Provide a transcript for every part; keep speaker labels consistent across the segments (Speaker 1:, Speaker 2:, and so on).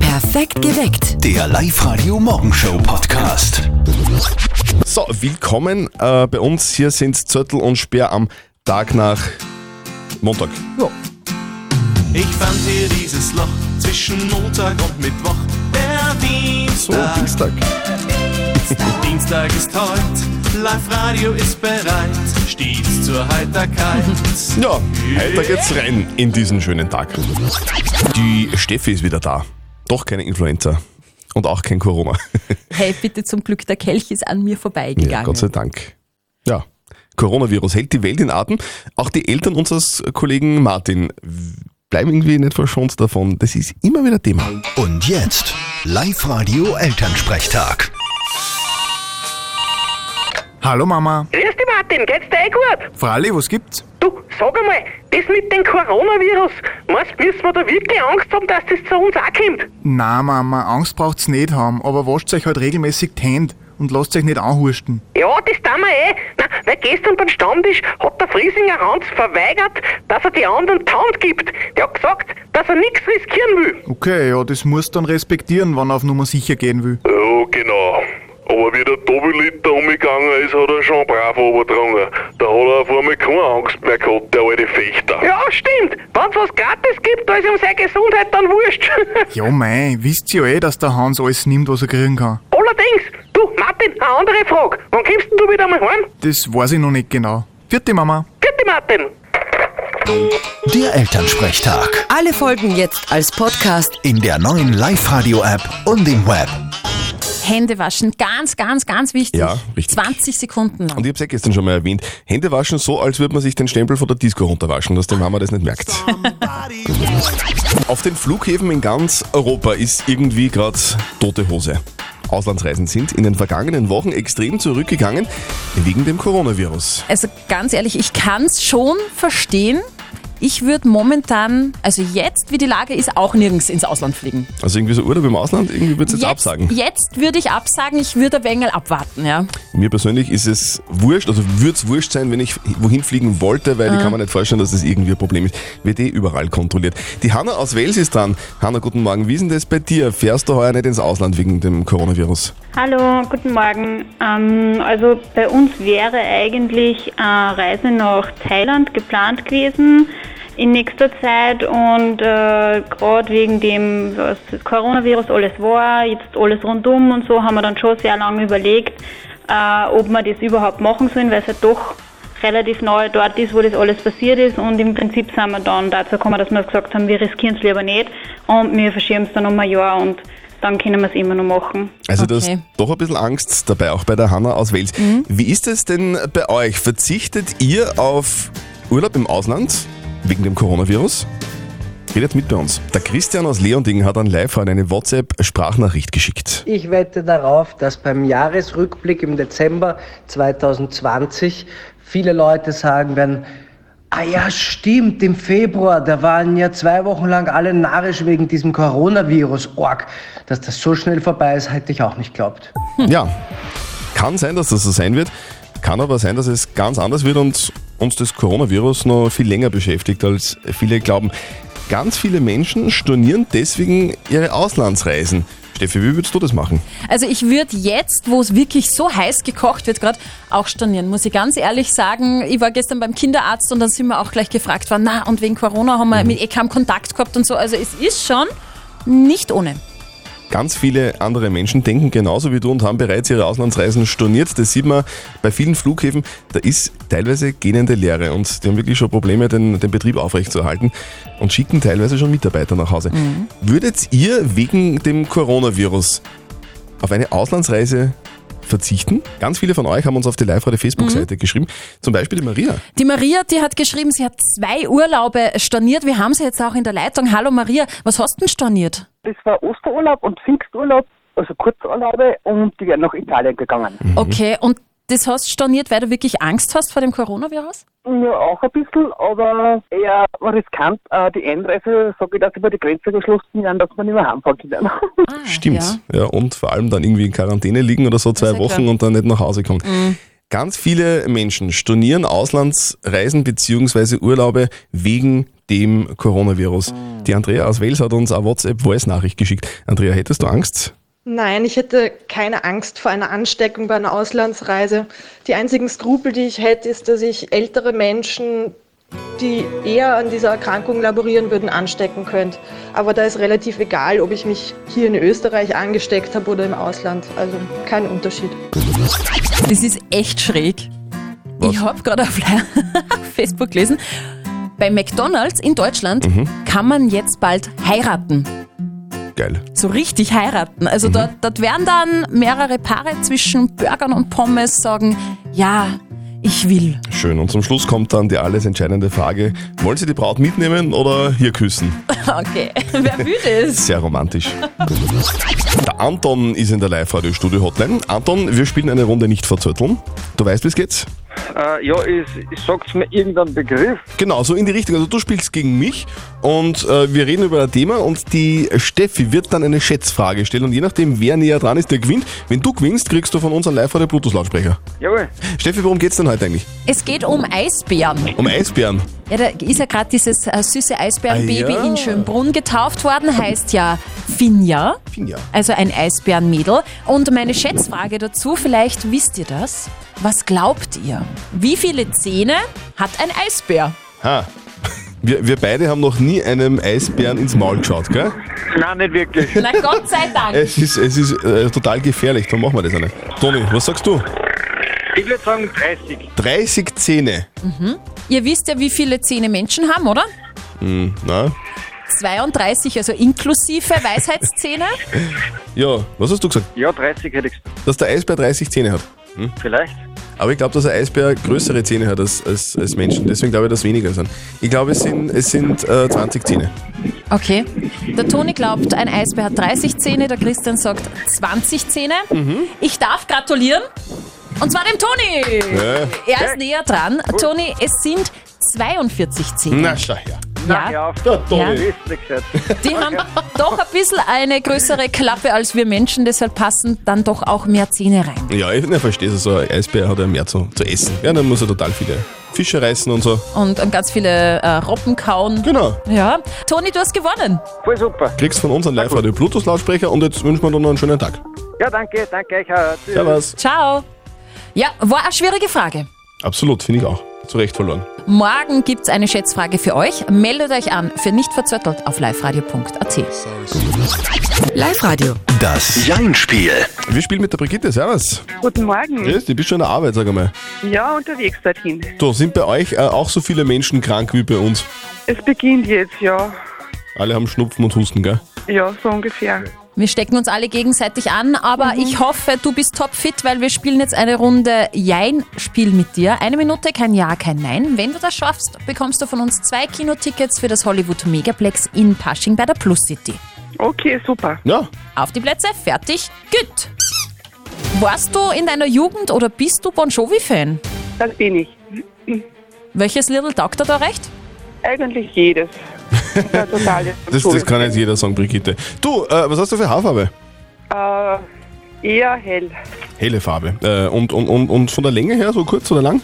Speaker 1: Perfekt geweckt.
Speaker 2: Der Live-Radio Morgenshow Podcast.
Speaker 3: So, willkommen äh, bei uns. Hier sind Zöttel und Speer am Tag nach Montag.
Speaker 4: Ich fand hier dieses Loch zwischen Montag und Mittwoch. Der
Speaker 3: So,
Speaker 4: Dienstag,
Speaker 3: Dienstag.
Speaker 4: Dienstag ist heut. Live-Radio ist bereit. Stieß zur Heiterkeit.
Speaker 3: Ja, heute geht's rein in diesen schönen Tag. Die Steffi ist wieder da. Doch keine Influenza. Und auch kein Corona.
Speaker 5: Hey, bitte zum Glück, der Kelch ist an mir vorbeigegangen.
Speaker 3: Ja, Gott sei Dank. Ja. Coronavirus hält die Welt in Atem. Auch die Eltern unseres Kollegen Martin bleiben irgendwie nicht verschont davon. Das ist immer wieder Thema.
Speaker 2: Und jetzt Live-Radio Elternsprechtag.
Speaker 6: Hallo Mama.
Speaker 7: Grüß dich, Martin, geht's dir eh gut?
Speaker 6: Fralli, was gibt's?
Speaker 7: Du, sag einmal, das mit dem Coronavirus, meinst du, müssen wir da wirklich Angst haben, dass das zu uns auch kommt?
Speaker 6: Na Mama, Angst braucht's nicht haben, aber wascht euch halt regelmäßig die Hände und lasst euch nicht anhursten.
Speaker 7: Ja, das tun wir eh. Na, weil gestern beim Stammtisch hat der Friesinger Hans verweigert, dass er die anderen die Hand gibt. Der hat gesagt, dass er nichts riskieren will.
Speaker 6: Okay, ja, das musst dann respektieren, wann er auf Nummer sicher gehen will.
Speaker 8: Ja, genau. Aber wie der Tobilit da umgegangen ist, hat er schon brav übertragen. Da hat er auf einmal keine Angst mehr gehabt, der alte Fechter.
Speaker 7: Ja, stimmt. Wenn's was gratis gibt, da ist ihm seine Gesundheit dann wurscht.
Speaker 6: Ja mei, wisst ihr ja eh, dass der Hans alles nimmt, was er kriegen kann.
Speaker 7: Allerdings, du, Martin, eine andere Frage. Wann kommst denn du wieder mal heim?
Speaker 6: Das weiß ich noch nicht genau. Vierte Mama.
Speaker 7: Vierte Martin.
Speaker 2: Der Elternsprechtag.
Speaker 1: Alle Folgen jetzt als Podcast.
Speaker 2: In der neuen Live-Radio-App und im Web.
Speaker 5: Hände waschen, ganz, ganz, ganz wichtig.
Speaker 3: Ja, richtig.
Speaker 5: 20 Sekunden lang.
Speaker 3: Und ich hab's ja gestern schon mal erwähnt. Hände waschen so, als würde man sich den Stempel von der Disco runterwaschen, dass die Mama das nicht merkt. Auf den Flughäfen in ganz Europa ist irgendwie gerade tote Hose. Auslandsreisen sind in den vergangenen Wochen extrem zurückgegangen wegen dem Coronavirus.
Speaker 5: Also ganz ehrlich, ich kann's schon verstehen. Ich würde momentan, also jetzt, wie die Lage ist, auch nirgends ins Ausland fliegen.
Speaker 3: Also irgendwie so Urlaub im Ausland, irgendwie wird's jetzt, absagen.
Speaker 5: Jetzt würde ich absagen, ich würde ein wenig abwarten, ja.
Speaker 3: Mir persönlich ist es wurscht, also würd's wurscht sein, wenn ich wohin fliegen wollte, weil ich kann mir nicht vorstellen, dass das irgendwie ein Problem ist. Wird eh überall kontrolliert. Die Hanna aus Wales ist dran. Hanna, guten Morgen. Wie ist denn das bei dir? Fährst du heuer nicht ins Ausland wegen dem Coronavirus?
Speaker 9: Hallo, guten Morgen. Ähm, also bei uns wäre eigentlich eine Reise nach Thailand geplant gewesen in nächster Zeit und äh, gerade wegen dem, was das Coronavirus alles war, jetzt alles rundum und so, haben wir dann schon sehr lange überlegt, äh, ob wir das überhaupt machen sollen, weil es ja doch relativ neu dort ist, wo das alles passiert ist und im Prinzip sind wir dann dazu gekommen, dass wir gesagt haben, wir riskieren es lieber nicht und wir verschieben es dann um ein Jahr und dann können wir es immer noch machen.
Speaker 3: Also du hast
Speaker 5: Okay.
Speaker 3: doch ein bisschen Angst dabei, auch bei der Hanna aus Wales. Wie ist es denn bei euch? Verzichtet ihr auf Urlaub im Ausland wegen dem Coronavirus? Redet mit bei uns. Der Christian aus Leonding hat an live eine WhatsApp-Sprachnachricht geschickt.
Speaker 10: Ich wette darauf, dass beim Jahresrückblick im Dezember 2020 viele Leute sagen werden, ah ja stimmt, im Februar, da waren ja zwei Wochen lang alle narrisch wegen diesem Coronavirus. Org, dass das so schnell vorbei ist, hätte ich auch nicht geglaubt.
Speaker 3: Ja, kann sein, dass das so sein wird. Kann aber sein, dass es ganz anders wird und uns das Coronavirus noch viel länger beschäftigt, als viele glauben. Ganz viele Menschen stornieren deswegen ihre Auslandsreisen. Steffi, wie würdest du das machen?
Speaker 5: Also ich würde jetzt, wo es wirklich so heiß gekocht wird, gerade auch stornieren, muss ich ganz ehrlich sagen. Ich war gestern beim Kinderarzt und dann sind wir auch gleich gefragt worden, na und wegen Corona haben wir mit eh kaum Kontakt gehabt und so. Also es ist schon nicht ohne.
Speaker 3: Ganz viele andere Menschen denken genauso wie du und haben bereits ihre Auslandsreisen storniert. Das sieht man bei vielen Flughäfen. Da ist teilweise gähnende Leere und die haben wirklich schon Probleme, den, den Betrieb aufrechtzuerhalten und schicken teilweise schon Mitarbeiter nach Hause. Würdet ihr wegen dem Coronavirus auf eine Auslandsreise verzichten? Ganz viele von euch haben uns auf die Live-Radio-Facebook-Seite geschrieben. Zum Beispiel die Maria.
Speaker 5: Die Maria, die hat geschrieben, sie hat zwei Urlaube storniert. Wir haben sie jetzt auch in der Leitung. Hallo Maria, was hast du denn storniert?
Speaker 11: Das war Osterurlaub und Pfingsturlaub, also Kurzurlaube, und die wären nach Italien gegangen.
Speaker 5: Okay, und das hast du storniert, weil du wirklich Angst hast vor dem Coronavirus?
Speaker 11: Ja, auch ein bisschen, aber eher riskant. Äh, die Einreise, sage ich, dass über die Grenze geschlossen werden, dass man nicht mehr heimfahren können.
Speaker 5: Ah,
Speaker 3: Stimmt.
Speaker 5: Ja.
Speaker 3: Ja. und vor allem dann irgendwie in Quarantäne liegen oder so zwei
Speaker 5: ja
Speaker 3: Wochen
Speaker 5: klar. Mhm.
Speaker 3: und dann nicht nach Hause kommen. Ganz viele Menschen stornieren Auslandsreisen beziehungsweise Urlaube wegen dem Coronavirus. Die Andrea aus Wales hat uns eine WhatsApp-Voice-Nachricht geschickt. Andrea, hättest du Angst?
Speaker 12: Nein, ich hätte keine Angst vor einer Ansteckung bei einer Auslandsreise. Die einzigen Skrupel, die ich hätte, ist, dass ich ältere Menschen, die eher an dieser Erkrankung laborieren würden, anstecken könnte. Aber da ist relativ egal, ob ich mich hier in Österreich angesteckt habe oder im Ausland. Also kein Unterschied.
Speaker 5: Das ist echt schräg. Ich habe gerade auf Le- auf Facebook gelesen, bei McDonalds in Deutschland
Speaker 3: Mhm.
Speaker 5: kann man jetzt bald heiraten.
Speaker 3: Geil.
Speaker 5: So richtig heiraten. Also dort, dort werden dann mehrere Paare zwischen Burgern und Pommes sagen, ja, ich will.
Speaker 3: Schön. Und zum Schluss kommt dann die alles entscheidende Frage: Wollen Sie die Braut mitnehmen oder hier küssen?
Speaker 5: Okay, wer will das?
Speaker 3: Sehr romantisch. Der Anton ist in der Live-Radio-Studio-Hotline. Anton, wir spielen eine Runde nicht verzötteln. Du weißt, wie es geht?
Speaker 13: Äh, ja, ich, ich sag's mir irgendeinen Begriff.
Speaker 3: Genau, so in die Richtung. Also du spielst gegen mich und äh, wir reden über ein Thema und die Steffi wird dann eine Schätzfrage stellen und je nachdem, wer näher dran ist, der gewinnt. Wenn du gewinnst, kriegst du von uns einen Live-Radio-Bluetooth-Lautsprecher.
Speaker 13: Jawohl.
Speaker 3: Steffi, worum geht's denn heute eigentlich?
Speaker 5: Es geht um Eisbären.
Speaker 3: Um Eisbären.
Speaker 5: Ja, da ist ja gerade dieses äh, süße Eisbärenbaby
Speaker 3: Ah, ja.
Speaker 5: in Schönbrunn getauft worden, heißt ja Finja.
Speaker 3: Finja.
Speaker 5: Also ein Eisbärenmädel. Und meine Schätzfrage dazu, vielleicht wisst ihr das. Was glaubt ihr? Wie viele Zähne hat ein Eisbär?
Speaker 3: Ha. Wir, wir beide haben noch nie einem Eisbären ins Maul geschaut, gell?
Speaker 13: Nein, nicht wirklich.
Speaker 5: Na Gott sei Dank.
Speaker 3: Es ist, es ist äh, total gefährlich, darum machen wir das auch nicht. Toni, was sagst du?
Speaker 13: Ich würde sagen 30.
Speaker 3: 30 Zähne.
Speaker 5: Mhm. Ihr wisst ja, wie viele Zähne Menschen haben, oder?
Speaker 3: Hm, na?
Speaker 5: 32, also inklusive Weisheitszähne.
Speaker 3: Ja, was hast du gesagt?
Speaker 13: Ja, 30 hätte ich gesagt.
Speaker 3: Dass der Eisbär 30 Zähne hat. Hm?
Speaker 13: Vielleicht.
Speaker 3: Aber ich glaube, dass ein Eisbär größere Zähne hat als, als, als Menschen. Deswegen glaube ich, dass weniger sind. Ich glaube, es sind, es sind äh, 20 Zähne.
Speaker 5: Okay. Der Toni glaubt, ein Eisbär hat 30 Zähne, der Christian sagt 20 Zähne.
Speaker 3: Mhm.
Speaker 5: Ich darf gratulieren. Und zwar dem Toni.
Speaker 3: Ja.
Speaker 5: Er ist näher dran. Toni, es sind 42 Zähne.
Speaker 3: Na, schau her.
Speaker 5: Ja.
Speaker 13: Ja.
Speaker 5: Ja.
Speaker 13: Ist nicht gescheit.
Speaker 5: Die haben doch ein bisschen eine größere Klappe als wir Menschen, deshalb passen dann doch auch mehr Zähne rein.
Speaker 3: Ja, ich ne, verstehe es. So ein Eisbär hat ja mehr zu, zu essen. Ja, dann muss er total viele Fische reißen und so.
Speaker 5: Und, und ganz viele äh, Robben kauen.
Speaker 3: Genau.
Speaker 5: Ja. Toni, du hast gewonnen.
Speaker 13: Voll super.
Speaker 3: Kriegst von uns einen Live-Radio Bluetooth-Lautsprecher und jetzt wünschen wir dir noch einen schönen Tag.
Speaker 13: Ja, danke, danke. Ich, äh, tschüss.
Speaker 3: Servus.
Speaker 5: Ciao. Ja, war eine schwierige Frage.
Speaker 3: Absolut, finde ich auch. Zu Recht verloren.
Speaker 5: Morgen gibt's eine Schätzfrage für euch. Meldet euch an für nicht verzöttelt auf liveradio.at.
Speaker 1: Live Radio.
Speaker 2: Das Jein-Spiel.
Speaker 3: Wir spielen mit der Brigitte. Servus.
Speaker 14: Guten Morgen.
Speaker 3: Grüß, dich, bist schon in der Arbeit, sag einmal.
Speaker 14: Ja, unterwegs dorthin.
Speaker 3: So, sind bei euch äh, auch so viele Menschen krank wie bei uns?
Speaker 14: Es beginnt jetzt, ja.
Speaker 3: Alle haben Schnupfen und Husten, gell?
Speaker 14: Ja, so ungefähr.
Speaker 5: Wir stecken uns alle gegenseitig an, aber ich hoffe, du bist topfit, weil wir spielen jetzt eine Runde Jein-Spiel mit dir. Eine Minute, kein Ja, kein Nein. Wenn du das schaffst, bekommst du von uns zwei Kinotickets für das Hollywood Megaplex in Pasching bei der Plus City.
Speaker 14: Okay, super.
Speaker 3: Ja.
Speaker 5: Auf die Plätze, fertig, gut. Warst du in deiner Jugend oder bist du Bon Jovi-Fan?
Speaker 14: Das bin ich.
Speaker 5: Welches Little Doctor da recht?
Speaker 14: Eigentlich jedes. Ja, total.
Speaker 3: Das, das kann jetzt jeder sagen, Brigitte. Du, äh, was hast du für Haarfarbe?
Speaker 14: Äh, eher hell.
Speaker 3: Helle Farbe. Äh, und, und, und, und von der Länge her, so kurz oder lang?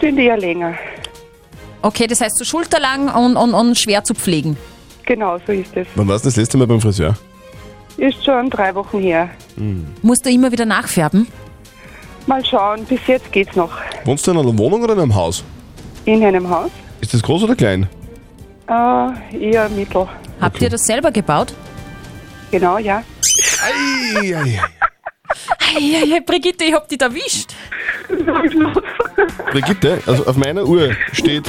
Speaker 14: Sind eher länger.
Speaker 5: Okay, das heißt so schulterlang und, und, und schwer zu pflegen.
Speaker 14: Genau, so ist es.
Speaker 3: Wann warst du das letzte Mal beim Friseur?
Speaker 14: Ist schon drei Wochen her.
Speaker 5: Musst du immer wieder nachfärben?
Speaker 14: Mal schauen, bis jetzt geht's noch.
Speaker 3: Wohnst du in einer Wohnung oder in einem Haus?
Speaker 14: In einem Haus?
Speaker 3: Ist das groß oder klein?
Speaker 14: Äh, eher mittel.
Speaker 5: Habt ihr das selber gebaut?
Speaker 14: Genau, ja.
Speaker 5: Eieiei, Brigitte, ich hab dich erwischt.
Speaker 3: Brigitte, also auf meiner Uhr steht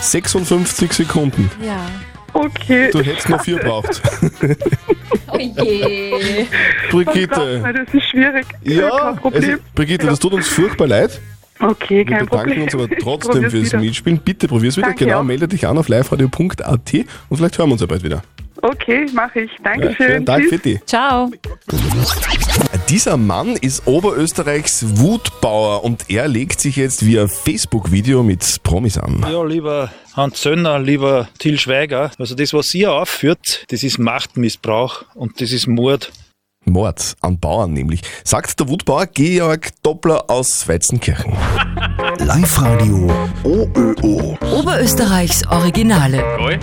Speaker 3: 56 Sekunden.
Speaker 5: Ja.
Speaker 14: Okay. Oh
Speaker 3: Du hättest noch vier braucht.
Speaker 5: Oh je.
Speaker 3: Brigitte.
Speaker 14: Das ist schwierig.
Speaker 3: Ja,
Speaker 14: kein Problem.
Speaker 3: also, Brigitte, das tut uns furchtbar leid.
Speaker 14: Okay,
Speaker 3: Wir
Speaker 14: kein
Speaker 3: bedanken
Speaker 14: Problem.
Speaker 3: uns aber
Speaker 14: Ich
Speaker 3: trotzdem
Speaker 14: probier's
Speaker 3: fürs
Speaker 14: wieder.
Speaker 3: Mitspielen. Bitte probier's wieder.
Speaker 14: Danke,
Speaker 3: genau,
Speaker 14: ja.
Speaker 3: melde dich an auf liveradio.at und vielleicht hören wir uns ja bald wieder.
Speaker 14: Okay, mache ich.
Speaker 3: Ja, schönen
Speaker 14: Dankeschön.
Speaker 3: Tag,
Speaker 14: Tschüss.
Speaker 3: Fitti.
Speaker 5: Ciao.
Speaker 3: Dieser Mann ist Oberösterreichs Wutbauer und er legt sich jetzt via Facebook-Video mit Promis an.
Speaker 15: Ja, lieber Hans Söllner, lieber Till Schweiger, also das, was ihr aufführt, das ist Machtmissbrauch und das ist Mord.
Speaker 3: Mord an Bauern nämlich, sagt der Wutbauer Georg Doppler aus Weizenkirchen.
Speaker 2: Live-Radio OÖO.
Speaker 5: Oberösterreichs Originale.
Speaker 3: Goi.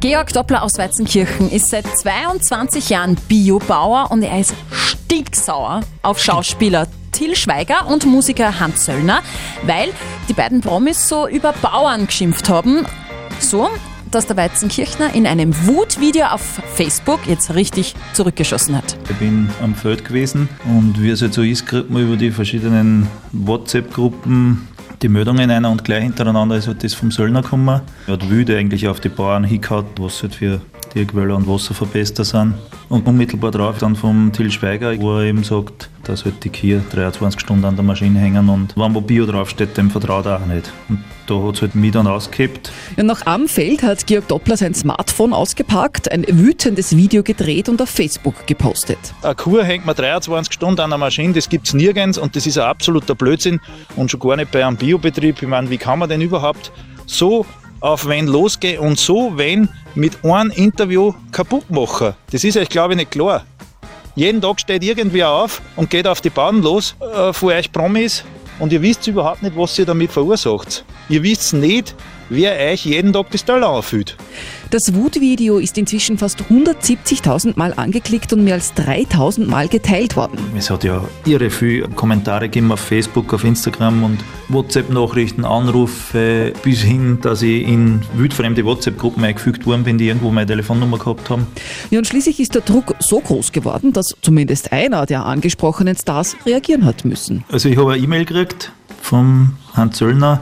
Speaker 5: Georg Doppler aus Weizenkirchen ist seit 22 Jahren Biobauer und er ist stinksauer auf Schauspieler Till Schweiger und Musiker Hans Söllner, weil die beiden Promis so über Bauern geschimpft haben. So, dass der Weizenkirchner in einem Wutvideo auf Facebook jetzt richtig zurückgeschossen hat.
Speaker 16: Ich bin am Feld gewesen und wie es halt so ist, kriegt man über die verschiedenen WhatsApp-Gruppen die Meldungen einer und gleich hintereinander ist halt das vom Söllner gekommen. Er hat wüde eigentlich auf die Bauern hingehauen, was halt für Tierquäler und Wasserverbester sind. Und unmittelbar drauf dann vom Till Schweiger, wo er eben sagt, dass halt die Kühe 23 Stunden an der Maschine hängen und wenn wo Bio draufsteht, dem vertraut er auch nicht. Und da hat es halt mich dann ausgehebt.
Speaker 17: Ja, nach am Feld hat Georg Doppler sein Smartphone ausgepackt, ein wütendes Video gedreht und auf Facebook gepostet.
Speaker 15: Eine Kuh hängt man 23 Stunden an der Maschine, das gibt es nirgends und das ist ein absoluter Blödsinn und schon gar nicht bei einem Biobetrieb. Ich meine, wie kann man denn überhaupt so auf wen losgehen und so wen mit einem Interview kaputt machen? Das ist euch, glaube ich, nicht klar. Jeden Tag steht irgendwer auf und geht auf die Bahn los, äh, vor euch Promis, und ihr wisst überhaupt nicht, was ihr damit verursacht. Ihr wisst nicht, wer euch jeden Tag das Teil anfühlt.
Speaker 17: Das Wutvideo ist inzwischen fast 170.000 Mal angeklickt und mehr als 3.000 Mal geteilt worden.
Speaker 16: Es hat ja irre viel Kommentare gegeben auf Facebook, auf Instagram und WhatsApp-Nachrichten, Anrufe, bis hin, dass ich in wildfremde WhatsApp-Gruppen eingefügt worden bin, die irgendwo meine Telefonnummer gehabt haben.
Speaker 17: Ja, und schließlich ist der Druck so groß geworden, dass zumindest einer der angesprochenen Stars reagieren hat müssen.
Speaker 16: Also ich habe eine E-Mail gekriegt vom Hans Zöllner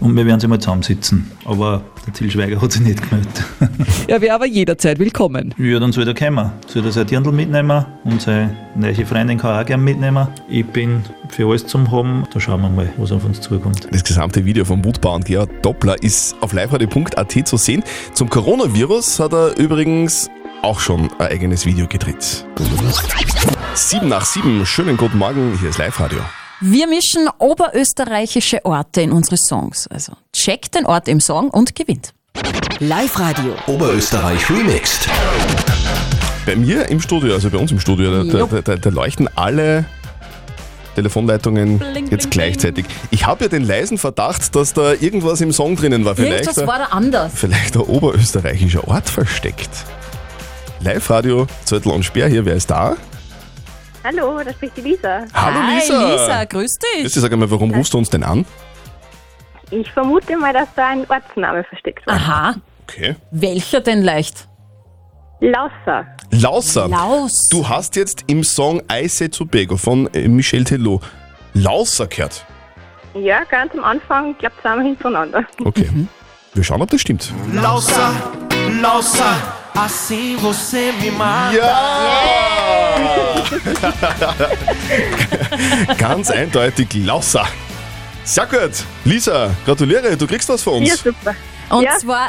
Speaker 16: und wir werden sie mal zusammensitzen. Aber der Till Schweiger hat sich nicht gemeldet.
Speaker 17: Er wäre aber jederzeit willkommen.
Speaker 16: Ja, dann soll er kommen. Soll er sein Dirndl mitnehmen und seine neue Freundin kann er auch gerne mitnehmen. Ich bin für alles zum Haben. Da schauen wir mal, was auf uns zukommt.
Speaker 3: Das gesamte Video vom Wutbauern Georg Doppler ist auf liveradio.at zu sehen. Zum Coronavirus hat er übrigens auch schon ein eigenes Video gedreht. 7 nach 7, schönen guten Morgen, hier ist Live-Radio.
Speaker 5: Wir mischen oberösterreichische Orte in unsere Songs. Also checkt den Ort im Song und gewinnt. Live Radio.
Speaker 2: Oberösterreich remixed.
Speaker 3: Bei mir im Studio, also bei uns im Studio, da, da, da, da leuchten alle Telefonleitungen jetzt gleichzeitig. Ich habe ja den leisen Verdacht, dass da irgendwas im Song drinnen war. Vielleicht,
Speaker 5: Irgendwas
Speaker 3: ein-
Speaker 5: war da anders.
Speaker 3: vielleicht ein oberösterreichischer Ort versteckt. Live-Radio, Zettel und Speer, hier, wer ist da?
Speaker 18: Hallo, da spricht die Lisa.
Speaker 3: Hallo Lisa.
Speaker 5: grüß
Speaker 3: Jetzt sag einmal, warum rufst du uns denn an?
Speaker 18: Ich vermute mal, dass da ein Ortsname versteckt war.
Speaker 5: Aha.
Speaker 3: Okay.
Speaker 5: Welcher denn leicht?
Speaker 18: Lausser.
Speaker 3: Lausern.
Speaker 5: Laus.
Speaker 3: Du hast jetzt im Song I Say Tobago von äh, Michel Tello Lausser gehört.
Speaker 18: Ja, ganz am Anfang klappt es einmal hintereinander.
Speaker 5: Mhm.
Speaker 3: Okay. Wir schauen, ob das stimmt.
Speaker 4: Lausa, lausa, assim você me mata.
Speaker 3: Ganz eindeutig Lausser. Sehr gut. Lisa, gratuliere, du kriegst was von uns.
Speaker 18: super.
Speaker 5: Und zwar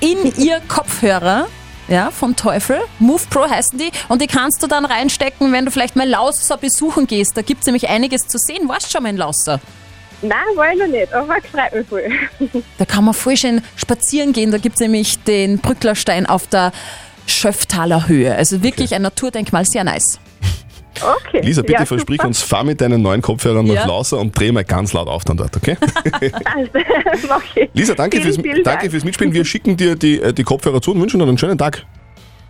Speaker 5: in ihr Kopfhörer. Ja, vom Teufel. Move Pro heißen die. Und die kannst du dann reinstecken, wenn du vielleicht mal Lausser besuchen gehst. Da gibt es nämlich einiges zu sehen. Warst schon mal in Lausser?
Speaker 18: Nein, wollen wir nicht, aber es freut mich voll.
Speaker 5: Da kann man voll schön spazieren gehen. Da gibt es nämlich den Brücklerstein auf der Schöfftaler Höhe. Also wirklich ein Naturdenkmal, sehr nice.
Speaker 18: Okay.
Speaker 3: Lisa, bitte versprich uns, fahr mit deinen neuen Kopfhörern nach
Speaker 5: Ja.
Speaker 3: Lausser und dreh mal ganz laut auf dann dort, okay?
Speaker 18: Mach ich.
Speaker 3: Lisa, danke,
Speaker 18: Vielen,
Speaker 3: fürs,
Speaker 18: vielen
Speaker 3: danke
Speaker 18: Dank.
Speaker 3: fürs Mitspielen. Wir schicken dir die, äh, die Kopfhörer zu und wünschen dir einen schönen Tag.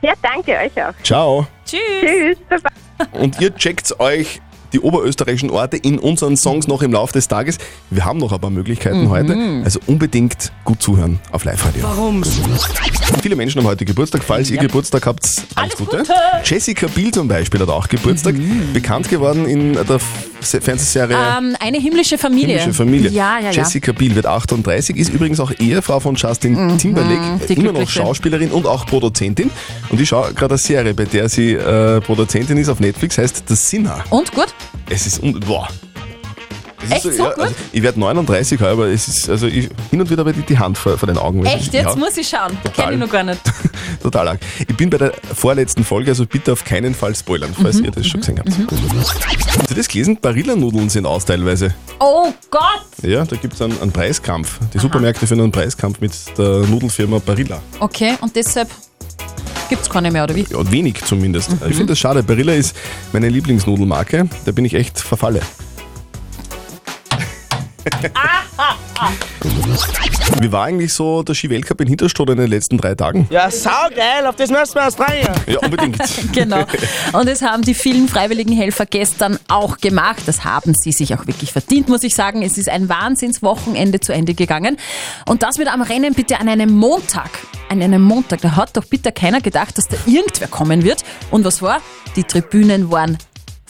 Speaker 18: Ja, danke euch auch.
Speaker 3: Ciao.
Speaker 5: Tschüss.
Speaker 18: Tschüss. Baba.
Speaker 3: Und ihr checkt euch die oberösterreichischen Orte in unseren Songs noch im Laufe des Tages. Wir haben noch ein paar Möglichkeiten
Speaker 2: Mhm.
Speaker 3: heute. Also unbedingt gut zuhören auf Live-Radio.
Speaker 2: Warum?
Speaker 3: Viele Menschen haben heute Geburtstag. Falls ihr Geburtstag habt, alles, Gute. Jessica Biel zum Beispiel hat auch Geburtstag. Bekannt geworden in der F- Fernsehserie
Speaker 5: Ähm, eine himmlische Familie.
Speaker 3: Himmlische Familie.
Speaker 5: Ja, ja, ja.
Speaker 3: Jessica Biel wird 38, ist übrigens auch Ehefrau von Justin Timberlake,
Speaker 5: Mhm. die
Speaker 3: äh, immer noch
Speaker 5: Glückliche.
Speaker 3: Schauspielerin und auch Produzentin. Und ich schaue gerade eine Serie, bei der sie äh, Produzentin ist auf Netflix, heißt The Sinner.
Speaker 5: Und gut?
Speaker 3: Es ist un boah. Es
Speaker 5: Echt so gut?
Speaker 3: also ich werde 39 heuer, aber es ist, also ich, hin und wieder werde ich die Hand vor, vor den Augen. wenn
Speaker 5: Echt, jetzt
Speaker 3: ja,
Speaker 5: muss ich schauen.
Speaker 3: Total.
Speaker 5: Kenne ich noch gar nicht.
Speaker 3: Total arg. Ich bin bei der vorletzten Folge, also bitte auf keinen Fall spoilern,
Speaker 5: Mhm,
Speaker 3: falls ihr das schon gesehen habt. Habt ihr das gelesen? Barilla-Nudeln sind aus teilweise.
Speaker 5: Oh Gott!
Speaker 3: Ja, da gibt es einen, einen Preiskampf. Die Supermärkte führen einen Preiskampf mit der Nudelfirma Barilla.
Speaker 5: Okay, und deshalb Gibt's keine mehr, oder wie?
Speaker 3: Ja, wenig zumindest. Ich finde das schade. Barilla ist meine Lieblingsnudelmarke. Da bin ich echt verfalle. Wie war eigentlich so der Ski-Weltcup in Hinterstoder in den letzten drei Tagen?
Speaker 19: Ja, saugeil, auf das müssen wir uns freuen.
Speaker 3: Ja, unbedingt.
Speaker 5: genau. Und es haben die vielen freiwilligen Helfer gestern auch gemacht. Das haben sie sich auch wirklich verdient, muss ich sagen. Es ist ein Wahnsinnswochenende zu Ende gegangen. Und das mit am Rennen bitte an einem Montag. An einem Montag. Da hat doch bitte keiner gedacht, dass da irgendwer kommen wird. Und was war? Die Tribünen waren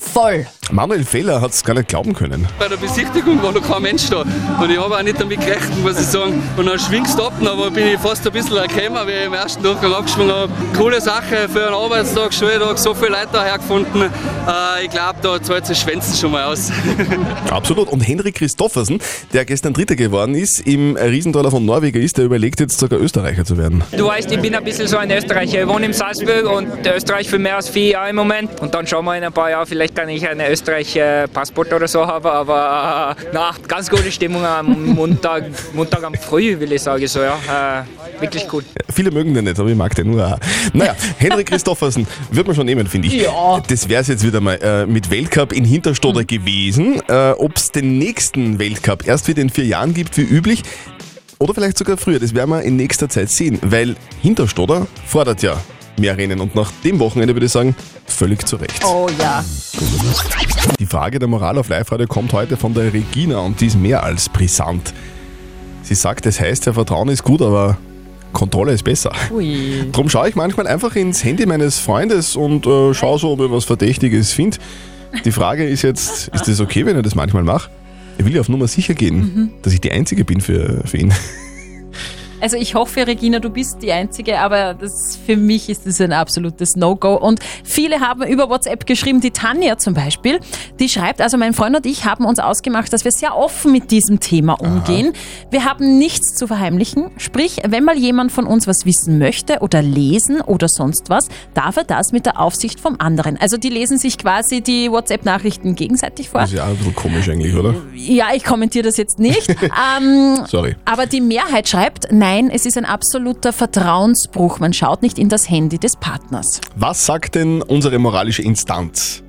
Speaker 5: voll.
Speaker 3: Manuel Feller hat es gar nicht glauben können.
Speaker 20: Bei der Besichtigung war noch kein Mensch da. Und ich habe auch nicht damit gerechnet, muss ich sagen. Und dann schwingst du ab, aber bin ich fast ein bisschen erkämmer, wie ich im ersten Durchgang abgeschwungen habe. Coole Sache für einen Arbeitstag, Schultag, so viele Leute hergefunden. Äh, ich glaube, da zahlt sich Schwänzen schon mal aus.
Speaker 3: Absolut. Und Henrik Christoffersen, der gestern Dritter geworden ist, im Riesentaler von Norwegen ist, der überlegt jetzt sogar Österreicher zu werden.
Speaker 7: Du weißt, ich bin ein bisschen so ein Österreicher. Ich wohne in Salzburg und Österreich für mehr als vier Jahre im Moment. Und dann schauen wir in ein paar Jahren, vielleicht kann ich einen österreichischen Passport oder so haben. Aber äh, na, ganz gute Stimmung am Montag, Montag am Früh, will ich sagen. So, ja. Äh, wirklich cool.
Speaker 3: Viele mögen den nicht, aber ich mag den. Uah. Naja, Henrik Christoffersen wird man schon nehmen, finde ich.
Speaker 7: Ja.
Speaker 3: Das wäre es jetzt wieder mal äh, mit Weltcup in Hinterstoder gewesen. Äh, Ob es den nächsten Weltcup erst wieder in vier Jahren gibt, wie üblich, oder vielleicht sogar früher, das werden wir in nächster Zeit sehen, weil Hinterstoder fordert ja mehr Rennen und nach dem Wochenende würde ich sagen, völlig zu Recht.
Speaker 5: Oh ja.
Speaker 3: Die Frage der Moral auf Live-Radio kommt heute von der Regina und die ist mehr als brisant. Sie sagt, es heißt ja, Vertrauen ist gut, aber Kontrolle ist besser.
Speaker 5: Ui.
Speaker 3: Drum schaue ich manchmal einfach ins Handy meines Freundes und äh, schaue so, ob ich was Verdächtiges finde. Die Frage ist jetzt, ist das okay, wenn ich das manchmal mache? Ich will ja auf Nummer sicher gehen, dass ich die Einzige bin für, für ihn.
Speaker 5: Also ich hoffe, Regina, du bist die Einzige, aber das, für mich ist das ein absolutes No-Go. Und viele haben über WhatsApp geschrieben, die Tanja zum Beispiel, die schreibt, also mein Freund und ich haben uns ausgemacht, dass wir sehr offen mit diesem Thema umgehen. Wir haben nichts zu verheimlichen. Sprich, wenn mal jemand von uns was wissen möchte oder lesen oder sonst was, darf er das mit der Aufsicht vom anderen. Also die lesen sich quasi die WhatsApp-Nachrichten gegenseitig vor.
Speaker 3: Das ist ja auch ein bisschen komisch eigentlich, oder?
Speaker 5: Ja, ich kommentiere das jetzt nicht. ähm,
Speaker 3: Sorry.
Speaker 5: aber die Mehrheit schreibt, nein, es ist ein absoluter Vertrauensbruch. Man schaut nicht in das Handy des Partners.
Speaker 3: Was sagt denn unsere moralische Instanz?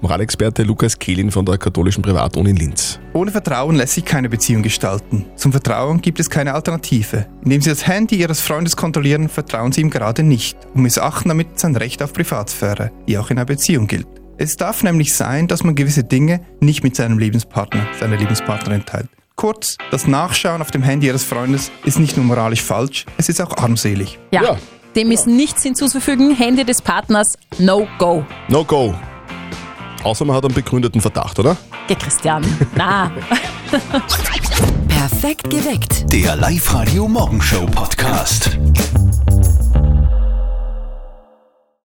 Speaker 3: Moralexperte Lukas Kehlin von der katholischen Privatuni in Linz.
Speaker 16: Ohne Vertrauen lässt sich keine Beziehung gestalten. Zum Vertrauen gibt es keine Alternative. Indem Sie das Handy Ihres Freundes kontrollieren, vertrauen Sie ihm gerade nicht und missachten damit sein Recht auf Privatsphäre, die auch in einer Beziehung gilt. Es darf nämlich sein, dass man gewisse Dinge nicht mit seinem Lebenspartner, seiner Lebenspartnerin teilt. Kurz, das Nachschauen auf dem Handy Ihres Freundes ist nicht nur moralisch falsch, es ist auch armselig.
Speaker 5: Ja. Dem ist nichts hinzuzufügen. Handy des Partners, no go.
Speaker 3: No go. Außer man hat einen begründeten Verdacht, oder?
Speaker 5: Geh, Christian. Na.
Speaker 21: Perfekt geweckt.
Speaker 2: Der Live-Radio Morgenshow Podcast.